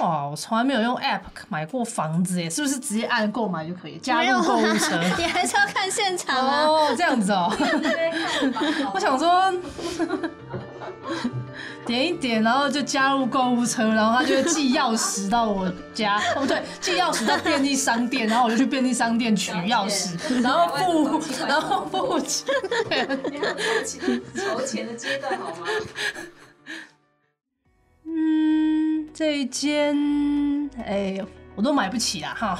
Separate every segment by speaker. Speaker 1: 哦我从来没有用 App 买过房子耶，是不是直接按购买就可以加
Speaker 2: 没有
Speaker 1: 入购物车？
Speaker 2: 啊，你还是要看现场啊。
Speaker 1: 哦，这样子哦， 我想说。 点一点，然后就加入购物车，然后他就会寄钥匙到我家，哦不对，寄钥匙到便利商店，然后我就去便利商店取钥匙，然后付，然后付钱。
Speaker 3: 你还有筹钱筹钱的阶段好吗？
Speaker 1: 嗯，这一间，哎、我都买不起啦哈。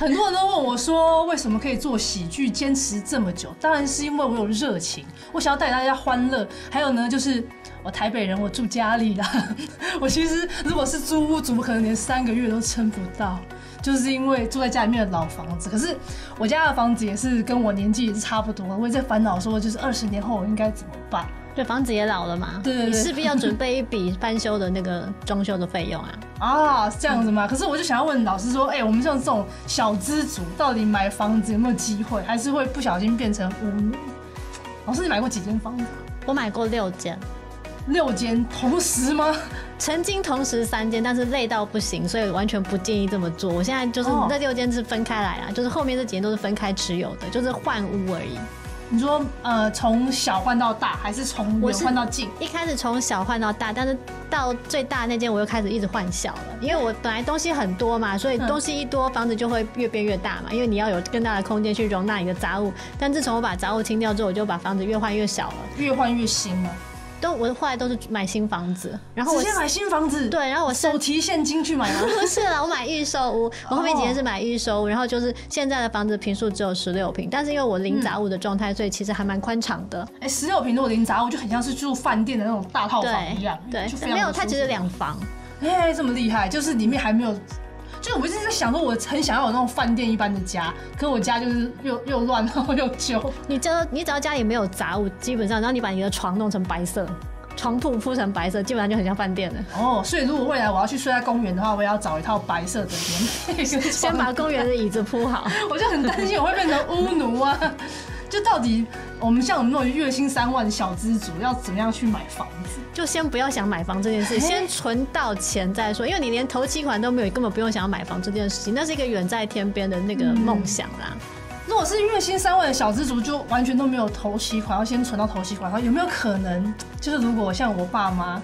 Speaker 1: 很多人都问我说，为什么可以做喜剧坚持这么久？当然是因为我有热情，我想要带大家欢乐。还有呢，就是我台北人，我住家里啦。 我其实如果是租屋族，可能连三个月都撑不到。就是因为住在家里面的老房子，可是我家的房子也是跟我年纪也是差不多的，我也在烦恼说，就是二十年后我应该怎么办？
Speaker 2: 对，房子也老了嘛，
Speaker 1: 对对
Speaker 2: 你
Speaker 1: 对
Speaker 2: 势必要准备一笔翻修的那个装修的费用啊。
Speaker 1: 啊，是这样子吗？可是我就想要问老师说，哎、我们像这种小资族，到底买房子有没有机会，还是会不小心变成无奴？老师，你买过几间房子？
Speaker 2: 我买过六间，
Speaker 1: 六间同时吗？
Speaker 2: 曾经同时三间，但是累到不行，所以完全不建议这么做。我现在就是
Speaker 1: 哦
Speaker 2: 这六间是分开来啦，啊就是后面这几间都是分开持有的，就是换屋而已。
Speaker 1: 你说，呃，从小换到大，还是从
Speaker 2: 我
Speaker 1: 远
Speaker 2: 是
Speaker 1: 换到近？
Speaker 2: 一开始从小换到大，但是到最大那间我又开始一直换小了，因为我本来东西很多嘛，所以
Speaker 1: 嗯
Speaker 2: 东西一多，房子就会越变越大嘛，因为你要有更大的空间去容纳你的杂物。但自从我把杂物清掉之后，我就把房子越换越小了。
Speaker 1: 越换越新吗？
Speaker 2: 都我后来都是买新房子，然后我
Speaker 1: 直接买新房子？，
Speaker 2: 对，然后 我
Speaker 1: 手
Speaker 2: 甚
Speaker 1: 提现金去买吗？
Speaker 2: 不是啦，我买预售屋，我后面几年是买预售屋，然后就是现在的房子平数只有十六平，但是因为我零杂物的状态，所以其实还蛮宽敞的。
Speaker 1: 哎、十六平的零杂物就很像是住饭店的那种大套房一
Speaker 2: 对
Speaker 1: 样，就非
Speaker 2: 对，
Speaker 1: 常
Speaker 2: 没有，
Speaker 1: 的
Speaker 2: 它
Speaker 1: 舒
Speaker 2: 其实
Speaker 1: 服
Speaker 2: 两房。
Speaker 1: 哎、这么厉害，就是里面还没有，就是我一直在想说，我很想要有那种饭店一般的家，可我家就是又又乱，然后又旧，
Speaker 2: 你只要你只要家里没有杂物，基本上，然后你把你的床弄成白色，床铺铺成白色，基本上就很像饭店了。
Speaker 1: 哦， 所以如果未来我要去睡在公园的话，我也要找一套白色的棉被跟
Speaker 2: 先
Speaker 1: 床
Speaker 2: 把公园的椅子铺好，
Speaker 1: 我就很担心我会变成巫奴啊。 就到底我们像我们那种月薪三万的小资族，要怎么样去买房子？
Speaker 2: 就先不要想买房这件事，先存到钱再说，因为你连头期款都没有，你根本不用想要买房这件事情，那是一个远在天边的那个梦想啦。
Speaker 1: 如果是月薪三万的小资族，就完全都没有投息款，要先存到投息款。然后有没有可能，就是如果像我爸妈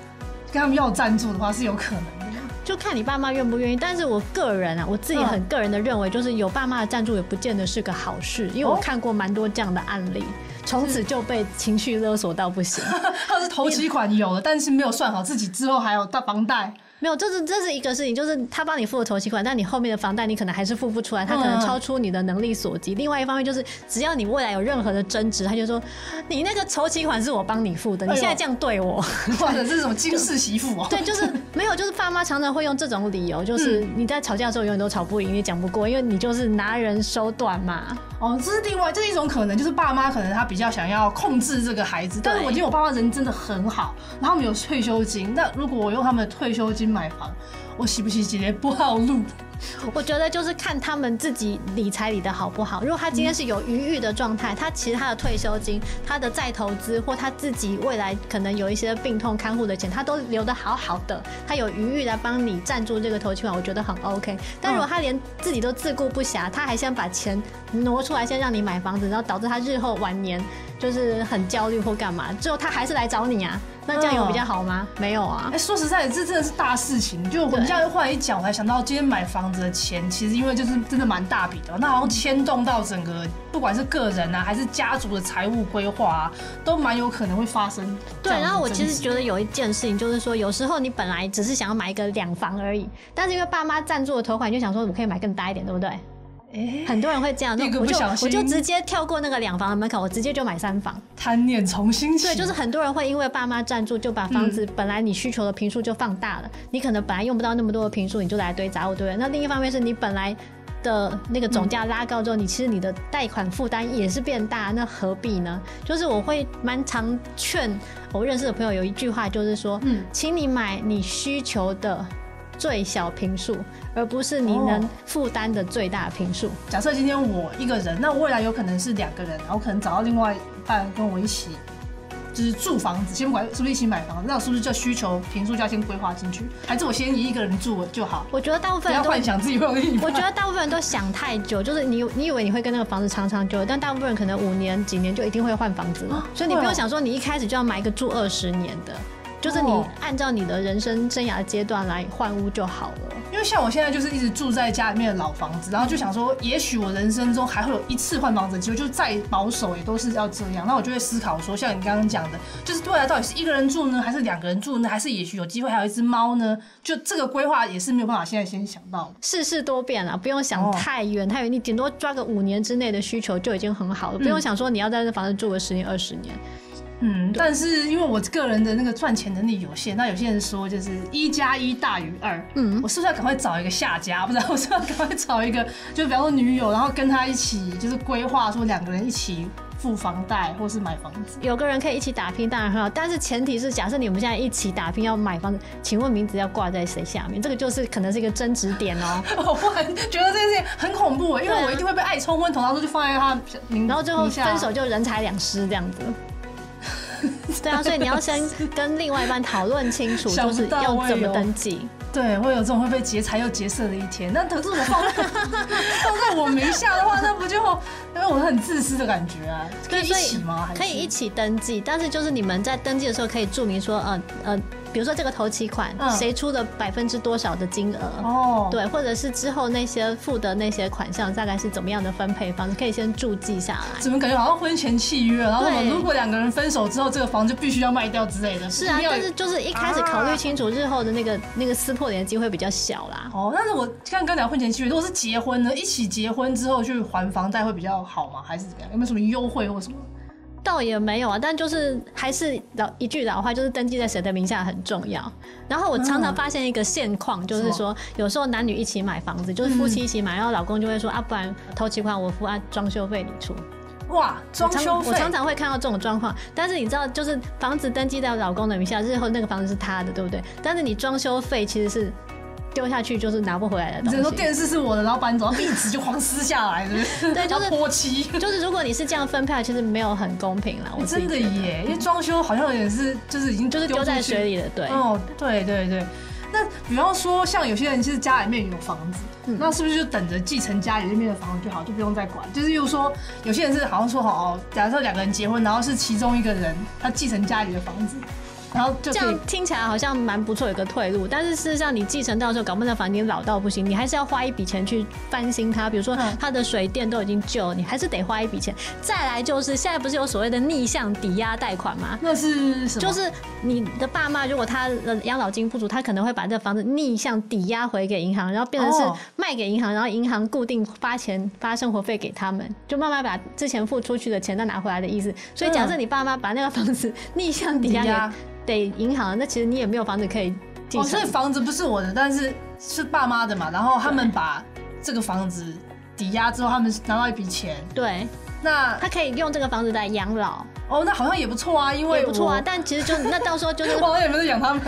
Speaker 1: 跟他们要赞助的话，是有可能的。
Speaker 2: 就看你爸妈愿不愿意，但是我个人啊，我自己很个人的认为，就是有爸妈的赞助也不见得是个好事，因为我
Speaker 1: 哦
Speaker 2: 看过蛮多这样的案例，从此就被情绪勒索到不行。
Speaker 1: 他是头期款有了，但是没有算好自己之后还有大房贷，
Speaker 2: 没有，这是这是一个事情，就是他帮你付了头期款，但你后面的房贷你可能还是付不出来，他可能
Speaker 1: 嗯
Speaker 2: 超出你的能力所及。另外一方面就是，只要你未来有任何的争执，他就说你那个头期款是我帮你付的，你
Speaker 1: 哎呦
Speaker 2: 现在这样对 我，
Speaker 1: 或者是什么金氏媳妇哦。
Speaker 2: 对，就是没有，就是爸妈常常会用这种理由，就是
Speaker 1: 嗯
Speaker 2: 你在吵架的时候永远都吵不赢，也讲不过，因为你就是拿人手短嘛。
Speaker 1: 哦，这是另外这是一种可能，就是爸妈可能他比较想要控制这个孩子，但是我觉得我爸妈人真的很好，然后他们有退休金，那如果我用他们的退休金买房，我喜不喜姐姐不好路？
Speaker 2: 我觉得就是看他们自己理财理的好不好。如果他今天是有余裕的状态，他其实他的退休金、他的再投资或他自己未来可能有一些病痛看护的钱，他都留得好好的，他有余裕来帮你赞助这个投期款，我觉得很 OK。但如果他连自己都自顾不暇，他还先把钱挪出来，先让你买房子，然后导致他日后晚年就是很焦虑或干嘛，最后他还是来找你啊，那这样有比较好吗？没有啊
Speaker 1: 哎、。说实在的，这真的是大事情。就我
Speaker 2: 对
Speaker 1: 们现在忽然一讲，我才想到今天买房子的钱，其实因为就是真的蛮大笔的，那好像牵动到整个不管是个人啊，还是家族的财务规划啊，都蛮有可能会发生这样
Speaker 2: 对，
Speaker 1: 的争执。
Speaker 2: 然后我其实觉得有一件事情，就是说，有时候你本来只是想要买一个两房而已，但是因为爸妈赞助的头款，你就想说我可以买更大一点，对不对？
Speaker 1: 哎
Speaker 2: 很多人会这样，
Speaker 1: 一个
Speaker 2: 我
Speaker 1: 不
Speaker 2: 就
Speaker 1: 小心
Speaker 2: 我就直接跳过那个两房的门槛，我直接就买三房。
Speaker 1: 贪念重新起，
Speaker 2: 对，就是很多人会因为爸妈赞助，就把房子本来你需求的平数就放大了，你可能本来用不到那么多的平数，你就来堆杂物，对不对？那另一方面是你本来。的那个总价拉高之后，你其实你的贷款负担也是变大，那何必呢？就是我会蛮常劝我认识的朋友有一句话，就是说，嗯
Speaker 1: 嗯，
Speaker 2: 请你买你需求的最小平数，而不是你能
Speaker 1: 哦
Speaker 2: 负担的最大平数。
Speaker 1: 假设今天我一个人，那我未来有可能是两个人，然后可能找到另外一半跟我一起就是住房子，先不管是不是一起买房子，那我是不是就需求平数就要先规划进去？还是我先以一个人住就好？
Speaker 2: 我觉得大部
Speaker 1: 不
Speaker 2: 分
Speaker 1: 要
Speaker 2: 人都
Speaker 1: 幻想自己会有另一
Speaker 2: 我
Speaker 1: 半
Speaker 2: 觉得大部分人都想太久，就是你你以为你会跟那个房子长长久，久，但大部分人可能五年几年就一定会换房子了，
Speaker 1: 啊
Speaker 2: 所以你
Speaker 1: 会哦
Speaker 2: 不用想说你一开始就要买一个住二十年的，就是你
Speaker 1: 哦
Speaker 2: 按照你的人生生涯阶段来换屋就好了。
Speaker 1: 因为像我现在就是一直住在家里面的老房子，然后就想说，也许我人生中还会有一次换房子的机会，就是再保守也都是要这样。那我就会思考说，像你刚刚讲的，就是未来到底是一个人住呢，还是两个人住呢，还是也许有机会还有一只猫呢？就这个规划也是没有办法现在先想到的。
Speaker 2: 世事多变啦，不用想
Speaker 1: 哦
Speaker 2: 太远、太远，你顶多抓个五年之内的需求就已经很好了，不用想说你要在这房子住个十年二十年。
Speaker 1: 嗯，但是因为我个人的那个赚钱能力有限，那有些人说就是一加一大于二，
Speaker 2: 嗯
Speaker 1: 嗯，我是不是要赶快找一个下家？不知道我是不是要赶快找一个， 就比方说女友，然后跟她一起就是规划说两个人一起付房贷或是买房子。
Speaker 2: 有个人可以一起打拼，当然很好，但是前提是假设你们现在一起打拼要买房子，请问名字要挂在谁下面？这个就是可能是一个争执点哦、
Speaker 1: 我不然觉得这件事情很恐怖欸，因
Speaker 2: 对啊
Speaker 1: 为我一定会被爱冲昏头，然后就放在他的名，
Speaker 2: 然后最后
Speaker 1: 名下
Speaker 2: 分手就人财两失这 样子。对啊，所以你要先跟另外一半讨论清楚，
Speaker 1: 想
Speaker 2: 就
Speaker 1: 不
Speaker 2: 是
Speaker 1: 到
Speaker 2: 要
Speaker 1: 哎
Speaker 2: 怎么
Speaker 1: 呦
Speaker 2: 登记。
Speaker 1: 对，会有这种会被劫财又劫色的一天。那可是我放在 放在我名下的话，那不就因为我很自私的感觉啊？可
Speaker 2: 对
Speaker 1: 以一
Speaker 2: 所以
Speaker 1: 起吗？还是
Speaker 2: 可以一起登记，但是就是你们在登记的时候可以注明说，呃呃，比如说这个头期款
Speaker 1: 嗯
Speaker 2: 谁、出的百分之多少的金额，
Speaker 1: 哦，
Speaker 2: 对，或者是之后那些付的那些款项大概是怎么样的分配方式，可以先注记下来。
Speaker 1: 怎么感觉好像婚前契约？然后什
Speaker 2: 对
Speaker 1: 么如果两个人分手之后，这个房就必须要卖掉之类的。
Speaker 2: 是啊
Speaker 1: 一，定要
Speaker 2: 但
Speaker 1: 有
Speaker 2: 是就是一开始考虑清楚，日后的那个那个撕破脸的机会比较小啦。
Speaker 1: 哦，但是我像刚讲婚前契约，如果是结婚呢，一起结婚之后去还房贷会比较好吗？还是怎么样？有没有什么优惠或什么？
Speaker 2: 倒也没有啊，但就是还是老一句老话，就是登记在谁的名下很重要。然后我常常发现一个现况，就是说有时候男女一起买房子，
Speaker 1: 嗯
Speaker 2: 就是夫妻一起买，然后老公就会说啊，不然头期款我付啊，装修费你出。
Speaker 1: 哇，装修
Speaker 2: 我常
Speaker 1: 费
Speaker 2: 我常常会看到这种状况，但是你知道，就是房子登记在老公的名下，日后那个房子是他的，对不对？但是你装修费其实是丢下去就是拿不回来的
Speaker 1: 你只能
Speaker 2: 东
Speaker 1: 说
Speaker 2: 西。
Speaker 1: 电视是我的，然后搬走，然后壁纸就狂撕下来，对 不对？
Speaker 2: 对就是
Speaker 1: 然后泼漆。
Speaker 2: 就是如果你是这样分配，其实没有很公平啦。我自己
Speaker 1: 真的
Speaker 2: 觉得，
Speaker 1: 耶，因为装修好像有点是，就是已经
Speaker 2: 就是丢在
Speaker 1: 出去
Speaker 2: 水里了，对。
Speaker 1: 哦，对对对。那比方说，像有些人是家里面有房子，
Speaker 2: 嗯
Speaker 1: 那是不是就等着继承家里面的房子就好，就不用再管？就是又说，有些人是好像说好，哦，假设两个人结婚，然后是其中一个人他继承家里的房子，然后就
Speaker 2: 这
Speaker 1: 可以
Speaker 2: 样听起来好像蛮不错，有个退路。但是事实上，你继承到的时候，搞不好那房间老到不行，你还是要花一笔钱去翻新它。比如说
Speaker 1: 嗯
Speaker 2: 它的水电都已经旧了，你还是得花一笔钱。再来就是现在不是有所谓的逆向抵押贷款吗？
Speaker 1: 那是什么？
Speaker 2: 就是你的爸妈，如果他的养老金不足，他可能会把这房子逆向抵押回给银行，然后变成
Speaker 1: 哦
Speaker 2: 是卖给银行，然后银行固定发钱发生活费给他们，就慢慢把之前付出去的钱再拿回来的意思。所以假
Speaker 1: 嗯
Speaker 2: 设你爸妈把那个房子 逆向抵
Speaker 1: 抵
Speaker 2: 押
Speaker 1: 押
Speaker 2: 给给银行，那其实你也没有房子可以继
Speaker 1: 哦，所
Speaker 2: 承
Speaker 1: 以。房子不是我的，但是是爸妈的嘛，然后他们把这个房子抵押之后，他们拿到一笔钱，
Speaker 2: 对，
Speaker 1: 那
Speaker 2: 他可以用这个房子来养老，
Speaker 1: 哦，那好像也不错啊，因为
Speaker 2: 也不错啊
Speaker 1: 我。
Speaker 2: 但其实就那到时 候就是
Speaker 1: 我好像也没有养他们，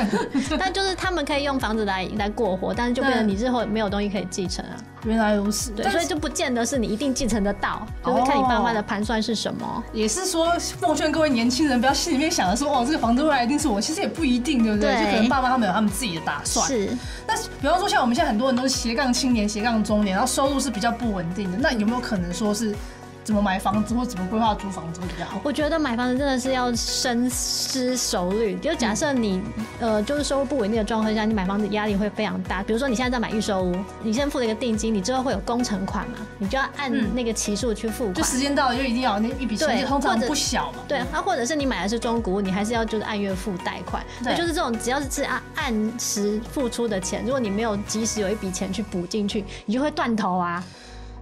Speaker 2: 但就是他们可以用房子来来过活，但是就变成
Speaker 1: 嗯
Speaker 2: 你日后没有东西可以继承啊。
Speaker 1: 原来如此，
Speaker 2: 对，
Speaker 1: 但
Speaker 2: 所
Speaker 1: 是哦
Speaker 2: 以就不见得是你一定继承得到，就是看你爸妈的盘算是什么。
Speaker 1: 也是说，奉劝各位年轻人，不要心里面想着说，哦，这个房子未来一定是我，其实也不一定，对不对？
Speaker 2: 对
Speaker 1: 就可能爸妈他们有他们自己的打算。。
Speaker 2: 是，
Speaker 1: 那比方说，像我们现在很多人都是斜杠青年、斜杠中年，然后收入是比较不稳定的，那有没有可能说是怎么买房子或怎么规划租房子会比较好？
Speaker 2: 我觉得买房子真的是要深思熟虑。就假设你、
Speaker 1: 嗯
Speaker 2: 呃，就是收入不稳定的状况下，你买房子压力会非常大。比如说你现在在买预售屋，你先付了一个定金，你之后会有工程款嘛，你就要按
Speaker 1: 嗯
Speaker 2: 那个期数去付款。
Speaker 1: 就时间到了就一定要有那一笔钱，
Speaker 2: 对
Speaker 1: 就通常
Speaker 2: 或者
Speaker 1: 不小嘛。
Speaker 2: 对，啊，或者是你买的是中古屋，你还是要就是按月付贷款，
Speaker 1: 对
Speaker 2: 就是这种只要是按按时付出的钱，如果你没有及时有一笔钱去补进去，你就会断头啊。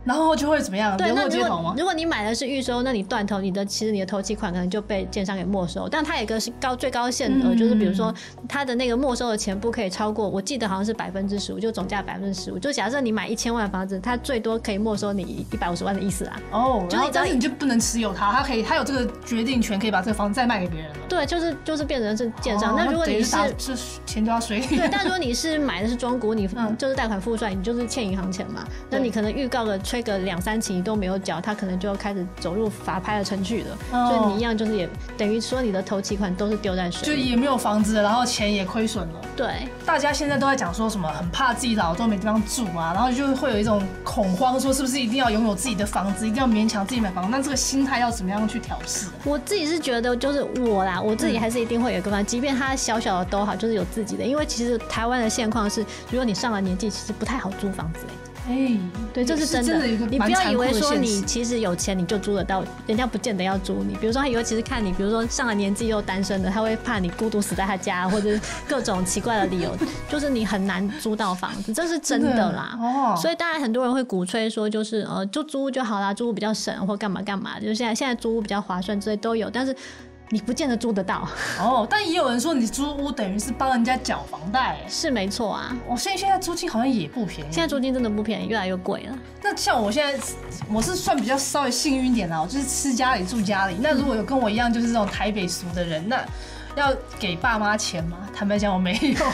Speaker 1: 然后就会怎么样？
Speaker 2: 对，
Speaker 1: 流
Speaker 2: 那
Speaker 1: 落街
Speaker 2: 如
Speaker 1: 头
Speaker 2: 果
Speaker 1: 吗？
Speaker 2: 如果你买的是预收，那你断头，你的其实你的头期款可能就被建商给没收。但它有一个是高最高限额，
Speaker 1: 嗯
Speaker 2: 就是比如说它的那个没收的钱不可以超过，我记得好像是百分之十五，就总价百分之十五。就假设你买一千万的房子，它最多可以没收你一百五十万的意思啊。
Speaker 1: 哦，
Speaker 2: 就是
Speaker 1: 然后
Speaker 2: 你只要
Speaker 1: 但是你就不能持有它，它可以，它有这个决定权，可以把这个房子再卖给别人了。
Speaker 2: 对，就是就是变成是建商。
Speaker 1: 哦
Speaker 2: 那如果
Speaker 1: 等
Speaker 2: 你
Speaker 1: 于
Speaker 2: 是
Speaker 1: 打是钱就要水 里。
Speaker 2: 对，但如果你是买的是中古，你
Speaker 1: 嗯
Speaker 2: 就是贷款付出来，你就是欠银行钱嘛。那
Speaker 1: 对
Speaker 2: 你可能预告个催推个两三期你都没有缴，他可能就开始走入法拍的程序了。
Speaker 1: 哦
Speaker 2: 所以你一样就是也等于说你的头期款都是丢在水
Speaker 1: 就
Speaker 2: 里。
Speaker 1: 也没有房子，然后钱也亏损了。
Speaker 2: 对，
Speaker 1: 大家现在都在讲说什么很怕自己老了都没地方住啊，然后就会有一种恐慌，说是不是一定要拥有自己的房子，一定要勉强自己买房？那这个心态要怎么样去调试啊？
Speaker 2: 我自己是觉得，就是我啦，我
Speaker 1: 嗯
Speaker 2: 自己还是一定会有一个方案，即便它小小的都好，就是有自己的。因为其实台湾的现况是，如果你上了年纪，其实不太好租房子、欸。
Speaker 1: 哎、
Speaker 2: 对，这是真的。
Speaker 1: 的有一个
Speaker 2: 你不
Speaker 1: 蛮
Speaker 2: 要
Speaker 1: 残
Speaker 2: 以
Speaker 1: 酷
Speaker 2: 为
Speaker 1: 的
Speaker 2: 说
Speaker 1: 现
Speaker 2: 你
Speaker 1: 实
Speaker 2: 其实有钱你就租得到，人家不见得要租你。比如说，他尤其是看你，比如说上了年纪又单身的，他会怕你孤独死在他家，或者是各种奇怪的 理由，就是你很难租到房子，这是真的啦。
Speaker 1: 哦，
Speaker 2: 所
Speaker 1: 以
Speaker 2: 以当然很多人会鼓吹说，就是呃，就租屋就好啦，租屋比较省或干嘛干嘛，就是现在现在租屋比较划算之类都有，但是你不见得租得到，
Speaker 1: 哦，但也有人说你租屋等于是帮人家缴房贷、欸。
Speaker 2: 是没错啊。
Speaker 1: 我现在现在租金好像也不便宜。
Speaker 2: 现在租金真的不便宜，越来越贵了。
Speaker 1: 那像我现在我是算比较稍微幸运一点啦，我就是吃家里住家里。那如果有跟我一样就是这种台北俗的人，那要给爸妈钱吗？坦白讲我没有，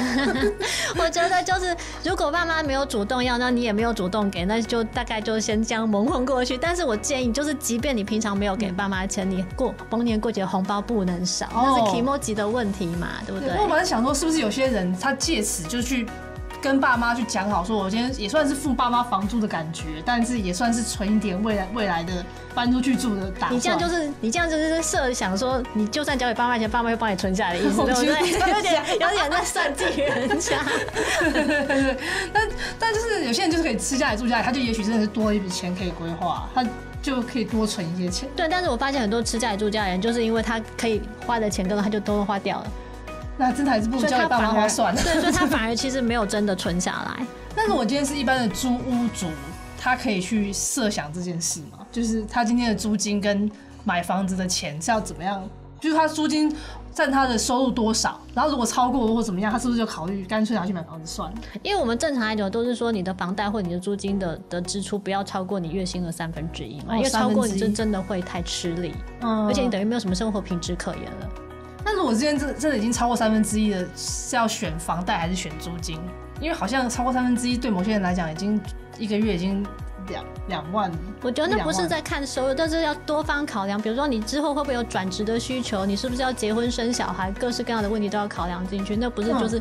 Speaker 2: 我觉得就是，如果爸妈没有主动要，那你也没有主动给，那就大概就先这样蒙混过去。但是我建议，就是即便你平常没有给爸妈钱，你过逢年过节红包不能少，那是
Speaker 1: 哦
Speaker 2: k i m o j i 的问题嘛，对不对
Speaker 1: 对，？我本来想说是不是有些人他借此就去。跟爸妈去讲好，说我今天也算是付爸妈房租的感觉，但是也算是存一点未来未来的搬出去住的打算。
Speaker 2: 你这样就是你这样就是设想说，你就算交给爸妈钱，爸妈会帮你存下来的意 思，
Speaker 1: 我
Speaker 2: 对不对？
Speaker 1: 觉得
Speaker 2: 有点有点在算计人家。
Speaker 1: 但但就是有些人就是可以吃家里住家里，他就也许真的是多了一笔钱可以规划，他就可以多存一些钱。
Speaker 2: 对，但是我发现很多吃家里 住家的人，就是因为他可以花的钱，跟他就都花掉了，
Speaker 1: 那真的还是不如
Speaker 2: 所以
Speaker 1: 交给
Speaker 2: 他
Speaker 1: 爸
Speaker 2: 反
Speaker 1: 妈
Speaker 2: 而
Speaker 1: 花算了。
Speaker 2: 对，所以他反而其实没有真的存下来。
Speaker 1: 但是我今天是一般的租屋主，他可以去设想这件事吗？就是他今天的租金跟买房子的钱是要怎么样？就是他租金占他的收入多少，然后如果超过或怎么样，他是不是就考虑干脆拿去买房子算了？
Speaker 2: 因为我们正常来讲都是说你的房贷或你的租金的的支出不要超过你月薪的三分之一嘛，
Speaker 1: 哦
Speaker 2: 因为超过你
Speaker 1: 1/3
Speaker 2: 就真的会太吃力，
Speaker 1: 嗯
Speaker 2: 而且你等于没有什么生活品质可言了。
Speaker 1: 那如果今天这真的已经超过三分之一的，是要选房贷还是选租金？因为好像超过三分之一对某些人来讲，已经一个月已经两两万了。
Speaker 2: 我觉得那不
Speaker 1: 一两
Speaker 2: 是
Speaker 1: 万
Speaker 2: 在看收入，但是要多方考量。比如说，你之后会不会有转职的需求？你是不是要结婚生小孩？各式各样的问题都要考量进去。那不是就是，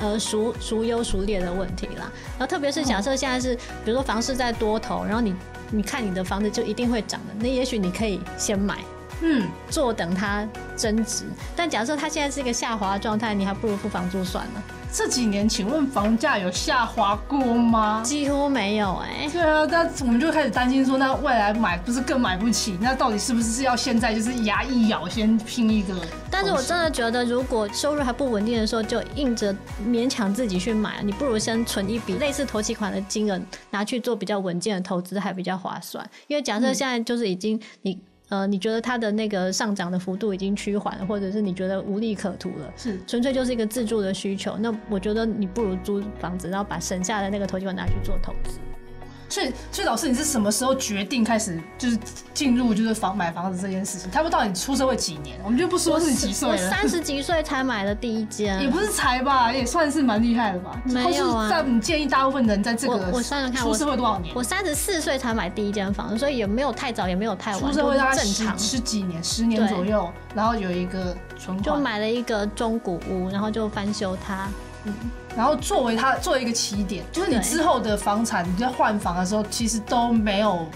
Speaker 2: 呃，孰孰优孰劣的问题啦。然后，特别是假设现在是，比如说房市在多头，然后你你看你的房子就一定会涨的，那也许你可以先买，
Speaker 1: 嗯，
Speaker 2: 坐等它增值。但假设它现在是一个下滑的状态，你还不如付房租算了。
Speaker 1: 这几年请问房价有下滑过吗？
Speaker 2: 几乎没有哎、
Speaker 1: 对啊，那我们就开始担心说，那未来买不是更买不起？那到底是不是要现在就是牙一咬先拼一个？
Speaker 2: 但是我真的觉得，如果收入还不稳定的时候，就硬着勉强自己去买，你不如先存一笔类似投期款的金额，拿去做比较稳健的投资，还比较划算。因为假设现在就是已经你。呃，你觉得它的那个上涨的幅度已经趋缓了，或者是你觉得无利可图了，
Speaker 1: 是
Speaker 2: 纯粹就是一个自住的需求，那我觉得你不如租房子，然后把省下的那个投期款拿去做投资。
Speaker 1: 所以，所以老师，你是什么时候决定开始就是进入就是房买房子这件事情？差不多到你出社会几年，我们就不说是几岁
Speaker 2: 我
Speaker 1: 了，
Speaker 2: 三十几岁才买了第一间，
Speaker 1: 也不是才吧，也算是蛮厉害的吧。
Speaker 2: 没有
Speaker 1: 或
Speaker 2: 啊
Speaker 1: 是在你建议大部分人在这个
Speaker 2: 我我算算看
Speaker 1: 出
Speaker 2: 我
Speaker 1: 社会多少年？
Speaker 2: 我三十四岁才买第一间房子，所以也没有太早，也没有太晚，
Speaker 1: 出社会大概
Speaker 2: 就是
Speaker 1: 十
Speaker 2: 正常。
Speaker 1: 十几年，十年
Speaker 2: 对
Speaker 1: 左右，然后有一个存
Speaker 2: 就
Speaker 1: 款，
Speaker 2: 买了一个中古屋，然后就翻修它。
Speaker 1: 然后作为它作为一个起点，就是你
Speaker 2: 对
Speaker 1: 之后的房产，你在换房的时候，其实都没有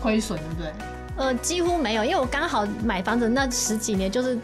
Speaker 1: 亏损，对不对？
Speaker 2: 呃，几乎没有，因为我刚好买房子那十几年就是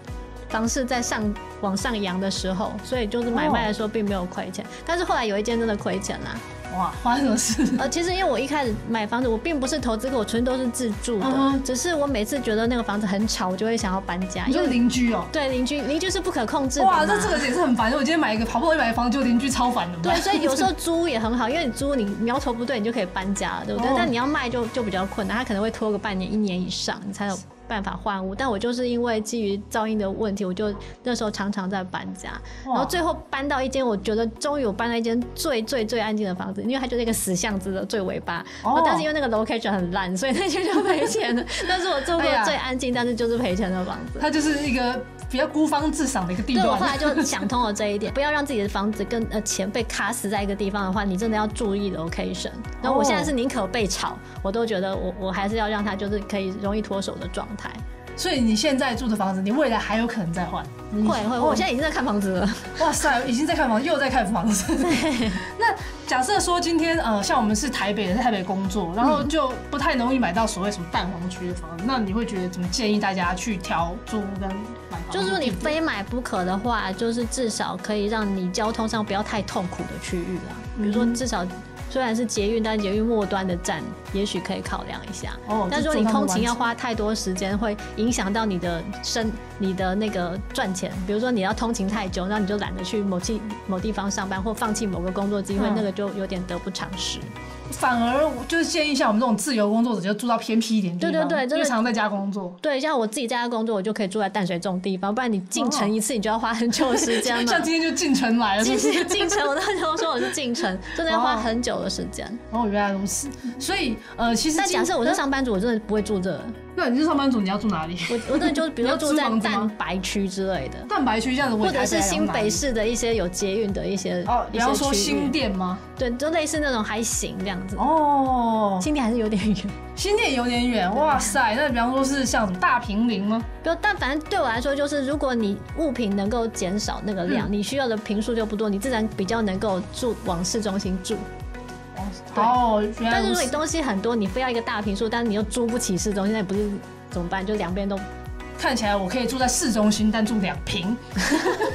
Speaker 2: 房市在上往上扬的时候，所以就是买卖的时候并没有亏钱。但是后来有一间真的亏钱啦。
Speaker 1: 哇，发生什么 事？
Speaker 2: 呃，其实因为我一开始买房子，我并不是投资客，我纯都是自住的，
Speaker 1: 嗯哼
Speaker 2: 只是我每次觉得那个房子很吵，我就会想要搬家，
Speaker 1: 你
Speaker 2: 因
Speaker 1: 说
Speaker 2: 为。
Speaker 1: 邻居哦、
Speaker 2: 对邻居，邻居哎是不可控制的
Speaker 1: 哇，
Speaker 2: 嘛。
Speaker 1: 那这个也是很烦。我今天买一个好不容易买的房，就邻居超烦的。
Speaker 2: 对，所 以有时候租也很好，因为你租你苗头不对，你就可以搬家了，对不对？
Speaker 1: 哦
Speaker 2: 但你要卖就就比较困难，它可能会拖个半年、一年以上，你才有办法换屋，但我就是因为基于噪音的问题，我就那时候常常在搬家，然后最后搬到一间我觉得终于我搬到一间最最最安静的房子，因为它就是一个死巷子的最尾巴。
Speaker 1: 哦
Speaker 2: 哦、但是因为那个 location 很烂，所以那间就赔 钱了。但是我做过
Speaker 1: 哎呀
Speaker 2: 最安静，但是就是赔钱的房子。
Speaker 1: 它就是一个比较孤芳自赏的一个地
Speaker 2: 对我
Speaker 1: 段
Speaker 2: 后。来 就想通了这一点，不要让自己的房子跟呃钱被卡死在一个地方的话，你真的要注意 location。然后我现在是宁可被炒，我都觉得我我还是要让它就是可以容易脱手的状态。
Speaker 1: 所以你现在住的房子，你未来还有可能再换。你
Speaker 2: 会会，
Speaker 1: 哦
Speaker 2: 我现在已经在看房子了。
Speaker 1: 哇塞，已经在看房，又在看房 子。那假设说今天呃，像我们是台北人，在台北工作，然后就不太容易买到所谓什么蛋黄区的房子，那你会觉得怎么建议大家去挑租屋跟买房？
Speaker 2: 就是如果你非买不可的话，就是至少可以让你交通上不要太痛苦的区域啦。比如说，至少虽然是捷运，但捷运末端的站也许可以考量一下。
Speaker 1: 哦
Speaker 2: 但
Speaker 1: 就
Speaker 2: 如果你
Speaker 1: 坐他们
Speaker 2: 通勤
Speaker 1: 完
Speaker 2: 要花太多时间，会影响到你的生、你的那个赚钱。比如说你要通勤太久，那你就懒得去某地某地方上班，或放弃某个工作机会，
Speaker 1: 嗯
Speaker 2: 那个就有点得不偿失。
Speaker 1: 反而我就是建议像我们这种自由工作者，就住到偏僻一点的地方
Speaker 2: 对对对真
Speaker 1: 因为
Speaker 2: 的
Speaker 1: 常在家工作。
Speaker 2: 对，像我自己在家工作，我就可以住在淡水这种地方，不然你进城一次，你就要花很久的时间嘛。
Speaker 1: 哦 像今天就进城来了，
Speaker 2: 进
Speaker 1: 是不是？
Speaker 2: 进城，我那时候说我是进城，真的要花很久的时间。
Speaker 1: 哦，原来如此。所以呃，其实
Speaker 2: 但
Speaker 1: 今
Speaker 2: 假设我是，上班族，我真的不会住这，
Speaker 1: 那你是上班族，你要住哪里？
Speaker 2: 我我真的就是比
Speaker 1: 你
Speaker 2: 如说
Speaker 1: 要租
Speaker 2: 住在
Speaker 1: 房子吗
Speaker 2: 蛋白区之类的，
Speaker 1: 蛋白区这样子，我
Speaker 2: 或
Speaker 1: 也
Speaker 2: 者
Speaker 1: 台
Speaker 2: 是
Speaker 1: 来
Speaker 2: 新
Speaker 1: 哪里
Speaker 2: 北市的一些有捷运的一些
Speaker 1: 哦，
Speaker 2: 一
Speaker 1: 你
Speaker 2: 些
Speaker 1: 要说
Speaker 2: 区域
Speaker 1: 新店吗？
Speaker 2: 对，就类似那种还行这样子。
Speaker 1: 哦，
Speaker 2: 新店还是有点远，
Speaker 1: 新店有点远，哇塞！那比方说是像什么大平林吗？
Speaker 2: 就但反正对我来说，就是如果你物品能够减少那个
Speaker 1: 嗯
Speaker 2: 量，你需要的平数就不多，你自然比较能够住往市中心住。对
Speaker 1: 哦，原来
Speaker 2: 但
Speaker 1: 如
Speaker 2: 是如果你
Speaker 1: 此。
Speaker 2: 东西很多，你非要一个大平数，但是你又租不起市中心，那你不是怎么办？就两边都
Speaker 1: 看起来我可以住在市中心，但住两平，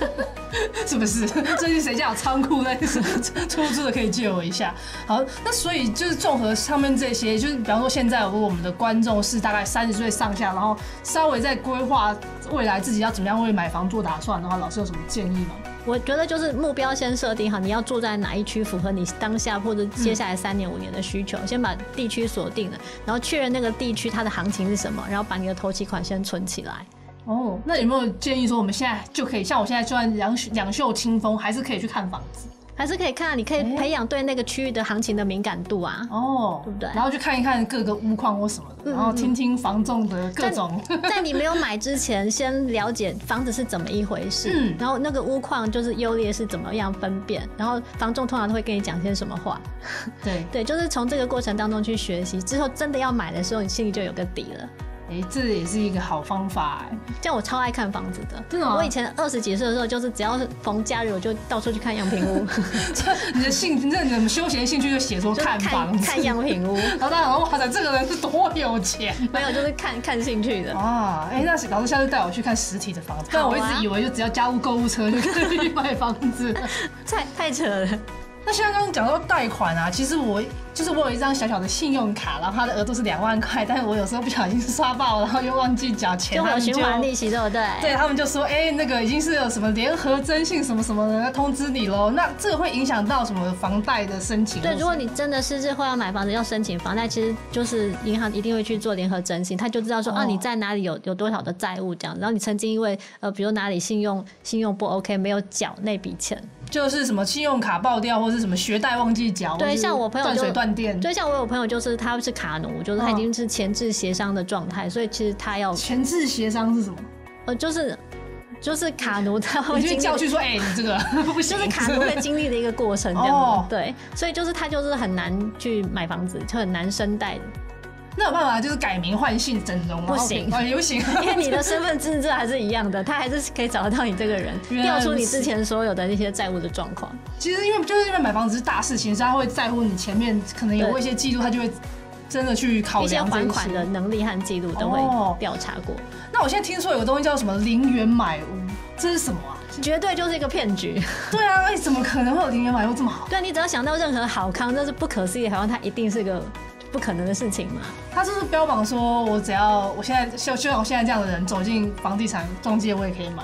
Speaker 1: 是不是？ 最近谁家有仓库在出租的可以借我一下？好，那所以就是综合上面这些，就是比方说现在如果我们的观众是大概三十岁上下，然后稍微在规划未来自己要怎么样为买房做打算的话，老师有什么建议吗？
Speaker 2: 我觉得就是目标先设定好，你要住在哪一区，符合你当下或者接下来三年五年的需求，先把地区锁定了，然后确认那个地区它的行情是什么，然后把你的头期款先存起来。
Speaker 1: 哦，那有没有建议说我们现在就可以，像我现在就算两两袖清风，还是可以去看房子？
Speaker 2: 还是可以看，你可以培养对那个区域的行情的敏感度啊。
Speaker 1: 哦，
Speaker 2: 对不对
Speaker 1: 然后去看一看各个屋况或什么的，
Speaker 2: 嗯
Speaker 1: 然后听听房仲的各种。
Speaker 2: 在你没有买之前，先了解房子是怎么一回事，
Speaker 1: 嗯
Speaker 2: 然后那个屋况就是优劣是怎么样分辨，然后房仲通常都会跟你讲些什么话。
Speaker 1: 对，
Speaker 2: 嗯对，就是从这个过程当中去学习，之后真的要买的时候，你心里就有个底了。
Speaker 1: 哎，这也是一个好方法哎。
Speaker 2: 像我超爱看房子的，
Speaker 1: 真的吗
Speaker 2: 我以前二十几岁的时候，就是只要是逢假日，我就到处去看样品 屋，
Speaker 1: 这你的兴，那你的休闲兴趣就写说
Speaker 2: 就是
Speaker 1: 看房
Speaker 2: 看
Speaker 1: 子，
Speaker 2: 看样 品屋，
Speaker 1: 然后大家想说哇塞，这个人是多有钱。
Speaker 2: 没有就是看看兴趣的。
Speaker 1: 啊，哎、那老师下次带我去看实体的房子，不然
Speaker 2: 好
Speaker 1: 我
Speaker 2: 啊
Speaker 1: 一直以为就只要加入购物车就可以去买房 子。
Speaker 2: 太太扯了，
Speaker 1: 那现在刚刚讲到贷款啊，其实我就是我有一张小小的信用卡，然后它的额度是两万块，但是我有时候不小心刷爆，然后又忘记缴钱，
Speaker 2: 就会
Speaker 1: 他
Speaker 2: 有
Speaker 1: 们
Speaker 2: 循环利息，对不对？
Speaker 1: 对他们就说，哎、那个已经是有什么联合征信什么什么的通知你喽。那这个会影响到什么房贷的申请？
Speaker 2: 对，如果
Speaker 1: 你
Speaker 2: 你真的是日后要买房子要申请房贷，其实就是银行一定会去做联合征信，他就知道说、
Speaker 1: 哦
Speaker 2: 啊你在哪里有有多少的债务这样，然后你曾经因为呃比如哪里信用信用不 OK 没有缴那笔钱，
Speaker 1: 就是什么信用卡爆掉，或是什么学贷忘记缴，
Speaker 2: 对
Speaker 1: 哦或是
Speaker 2: 像我朋友就
Speaker 1: 断水断电，嗯
Speaker 2: 就像我有朋友，就是他是卡奴，就是他已经是前置协商的状态，所以其实他要
Speaker 1: 前置协商是什么？
Speaker 2: 呃，就是就是卡奴他会
Speaker 1: 你就
Speaker 2: 经
Speaker 1: 被
Speaker 2: 历
Speaker 1: 叫去说，哎、你这个 不行，
Speaker 2: 就是卡奴会经历的一个过程，这样子、
Speaker 1: 哦
Speaker 2: 对，所以就是他就是很难去买房子，就很难生贷，
Speaker 1: 那有办法就是改名换姓整容吗？
Speaker 2: 不行
Speaker 1: 哦，也 不行。
Speaker 2: 因为你的身份证字还是一样的，他还是可以找得到你这个人，
Speaker 1: 原来
Speaker 2: 调出你
Speaker 1: 如此
Speaker 2: 之前所有的那些债务的状况。
Speaker 1: 其实因为就是因为买房子是大事情，所以他会在乎你前面可能有过一些记录，他就会真的去考
Speaker 2: 一些
Speaker 1: 量这
Speaker 2: 还款的能力和记录都
Speaker 1: 哦
Speaker 2: 会调查过，
Speaker 1: 那我现在听说有个东西叫什么零元买屋，这是什么啊？
Speaker 2: 绝对就是一个骗局。
Speaker 1: 对啊，哎、怎么可能会有零元买屋这么好？
Speaker 2: 对你只要想到任何好康，这是不可思议，好像它一定是个不可能的事情嘛。
Speaker 1: 他就是标榜说，我只要我现在就就像我现在这样的人走进房地产中介，我也可以买。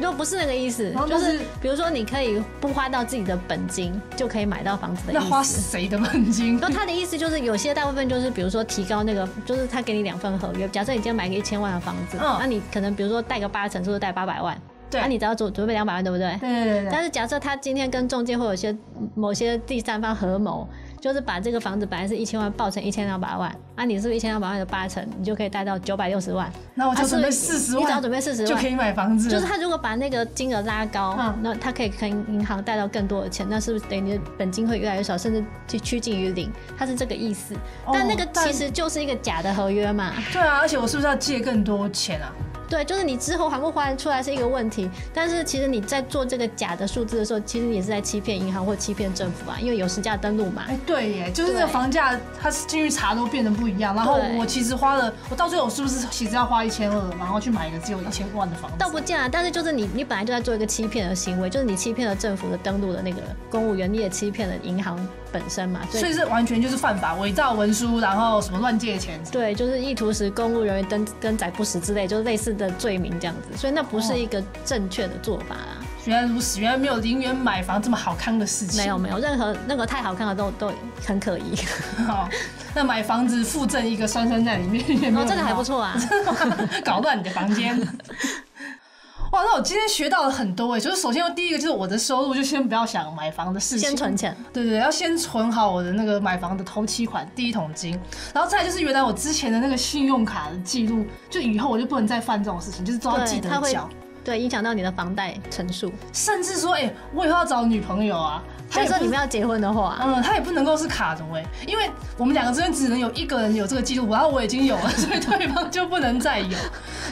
Speaker 2: 就不是那个意思
Speaker 1: 然后，
Speaker 2: 就
Speaker 1: 但是
Speaker 2: 是比如说你可以不花到自己的本金就可以买到房子的意
Speaker 1: 那
Speaker 2: 思。
Speaker 1: 花谁的本金
Speaker 2: 然？后他的意思就是，有些大部分就是，比如说提高那个，就是他给你两份合约。假设你今天买个一千万的房子，那、
Speaker 1: 嗯
Speaker 2: 你可能比如说贷个八成，或者贷八百万，
Speaker 1: 对
Speaker 2: 那、你只要准准备两百万，对不对？
Speaker 1: 对对对对，
Speaker 2: 但是假设他今天跟中介或有些某些第三方合谋，就是把这个房子本来是一千万报成一千两百万，啊，你是不是一千两百万的八成，你就可以贷到九百六十万？
Speaker 1: 那哦我就
Speaker 2: 啊
Speaker 1: 准备
Speaker 2: 所
Speaker 1: 四
Speaker 2: 以
Speaker 1: 十
Speaker 2: 你只要
Speaker 1: 万，
Speaker 2: 准备40万
Speaker 1: 就可以买房子了，
Speaker 2: 就是他如果把那个金额拉高
Speaker 1: 嗯，
Speaker 2: 那、他可以跟银行贷到更多的钱，那是不是等于你的本金会越来越少，甚至趋趋近于零？他是这个意思。
Speaker 1: 哦
Speaker 2: 但那个
Speaker 1: 但
Speaker 2: 其实就是一个假的合约嘛，
Speaker 1: 对啊，而且我是不是要借更多钱啊？
Speaker 2: 对，就是你之后还不还得出来是一个问题，但是其实你在做这个假的数字的时候，其实也是在欺骗银行或欺骗政府啊，因为有实价登录嘛。
Speaker 1: 哎，对耶，就是那个
Speaker 2: 对
Speaker 1: 房价，它是进去查都变得不一样。然后
Speaker 2: 对
Speaker 1: 我其实花了，我到最后我是不是其实要花一千二，然后去买一个只有一千万的房
Speaker 2: 倒
Speaker 1: 子？
Speaker 2: 不见啊，但是就是你，你本来就在做一个欺骗的行为，就是你欺骗了政府的登录的那个公务员，你也欺骗了银行本身嘛，所以
Speaker 1: 所以是完全就是犯法，伪造文书，然后什么乱借钱。
Speaker 2: 对，就是意图使公务人员登登载不实之类，就是类似的罪名这样子，所以那不是一个正确的做法啊啦。
Speaker 1: 原来如此，原来没有零元买房这么好看的事情。
Speaker 2: 没有没有，任何任何太好看的都都很可 疑。
Speaker 1: 好，哦那买房子附赠一个酸酸在里面，也没
Speaker 2: 哦
Speaker 1: 有，
Speaker 2: 这个还不 错啊。
Speaker 1: 搞乱你的房间。 哇，那我今天学到了很多哎，就是首先第一个就是我的收入就先不要想买房的事情，
Speaker 2: 先存钱，
Speaker 1: 对对，对要先存好我的那个买房的头期款第一桶金，然后再来就是原来我之前的那个信用卡的记录，就以后我就不能再犯这种事情，就是都要
Speaker 2: 对
Speaker 1: 记得
Speaker 2: 它会
Speaker 1: 缴，
Speaker 2: 对，影响到你的房贷成数。
Speaker 1: 甚至说哎、我以后要找女朋友啊，她
Speaker 2: 假
Speaker 1: 也
Speaker 2: 设
Speaker 1: 不
Speaker 2: 你们要结婚的话，
Speaker 1: 嗯，他也不能够是卡着哎、因为我们两个之间只能有一个人有这个记录，然后我已经有了， 所以对方就不能再有。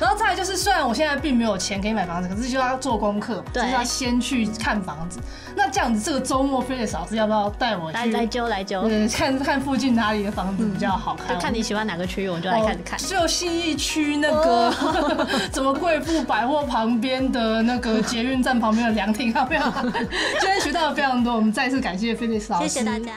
Speaker 1: 然后再来就是，虽然我现在并没有钱可以买房子，可是就要做功课，就
Speaker 2: 对
Speaker 1: 是要先去看房子。那这样子，这个周末菲利嫂子要不要带我
Speaker 2: 来
Speaker 1: 去？
Speaker 2: 来揪来揪，
Speaker 1: 呃，看看附近哪里的房子比较好看，
Speaker 2: 就看你喜欢哪个区域，我们就来开始看哦
Speaker 1: 哦。只有信义区那个、 怎么贵妇百货旁边的那个捷 运站旁边的凉亭，要不要？今天学到了非常多，我们再次感谢菲利斯老师，
Speaker 2: 谢谢大。家。